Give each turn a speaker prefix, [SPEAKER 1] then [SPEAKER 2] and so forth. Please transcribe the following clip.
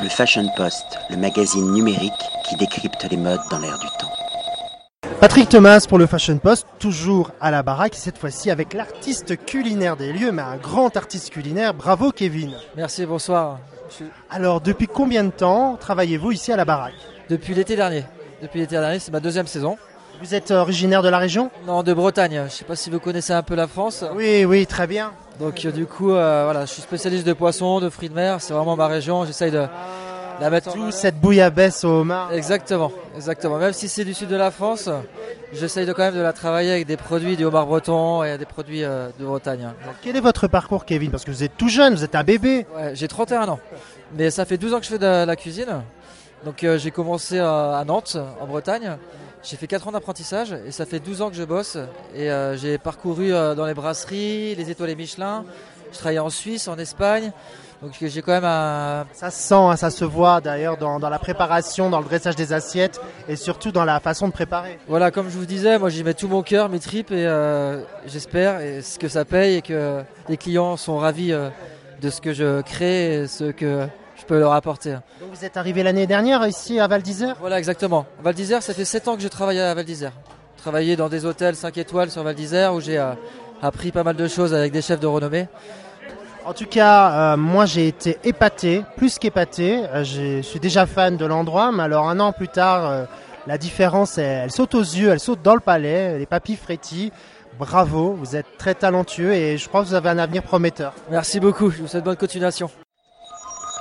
[SPEAKER 1] Le Fashion Post, le magazine numérique qui décrypte les modes dans l'air du temps.
[SPEAKER 2] Patrick Thomas pour le Fashion Post, toujours à la baraque, cette fois-ci avec l'artiste culinaire des lieux, mais un grand artiste culinaire. Bravo Kevin.
[SPEAKER 3] Merci, bonsoir. Je-
[SPEAKER 2] Alors, depuis combien de temps travaillez-vous ici à la baraque
[SPEAKER 3] Depuis l'été dernier. Depuis l'été dernier, c'est ma deuxième saison.
[SPEAKER 2] Vous êtes originaire de la région
[SPEAKER 3] Non, de Bretagne. Je sais pas si vous connaissez un peu la France.
[SPEAKER 2] Oui, oui, très bien.
[SPEAKER 3] Donc euh, du coup, euh, voilà, je suis spécialiste de poissons, de fruits de mer. C'est vraiment ma région. J'essaye de la mettre en
[SPEAKER 2] Tout
[SPEAKER 3] valeur.
[SPEAKER 2] cette bouillabaisse au homard.
[SPEAKER 3] Exactement, exactement. Même si c'est du sud de la France, j'essaye de quand même de la travailler avec des produits du homard breton et des produits euh, de Bretagne.
[SPEAKER 2] Quel est votre parcours, Kevin Parce que vous êtes tout jeune, vous êtes un bébé.
[SPEAKER 3] Ouais, j'ai 31 ans, mais ça fait 12 ans que je fais de la cuisine. Donc euh, j'ai commencé euh, à Nantes, en Bretagne. J'ai fait 4 ans d'apprentissage et ça fait 12 ans que je bosse. Et euh, j'ai parcouru euh, dans les brasseries, les étoiles Michelin. Je travaillais en Suisse, en Espagne. Donc j'ai quand même un...
[SPEAKER 2] Ça se sent, hein, ça se voit d'ailleurs dans, dans la préparation, dans le dressage des assiettes et surtout dans la façon de préparer.
[SPEAKER 3] Voilà, comme je vous disais, moi j'y mets tout mon cœur, mes tripes et euh, j'espère et ce que ça paye et que les clients sont ravis euh, de ce que je crée et ce que je peux leur apporter.
[SPEAKER 2] Donc vous êtes arrivé l'année dernière ici à Val d'Isère
[SPEAKER 3] Voilà, exactement. Val d'Isère, ça fait 7 ans que je travaille à Val d'Isère. Travaillé dans des hôtels 5 étoiles sur Val d'Isère où j'ai euh, appris pas mal de choses avec des chefs de renommée.
[SPEAKER 2] En tout cas, euh, moi j'ai été épaté, plus qu'épaté. Euh, j'ai- je suis déjà fan de l'endroit, mais alors un an plus tard, euh, la différence, elle, elle saute aux yeux, elle saute dans le palais, les papilles frétillent. Bravo, vous êtes très talentueux et je crois que vous avez un avenir prometteur.
[SPEAKER 3] Merci beaucoup, je vous souhaite bonne continuation.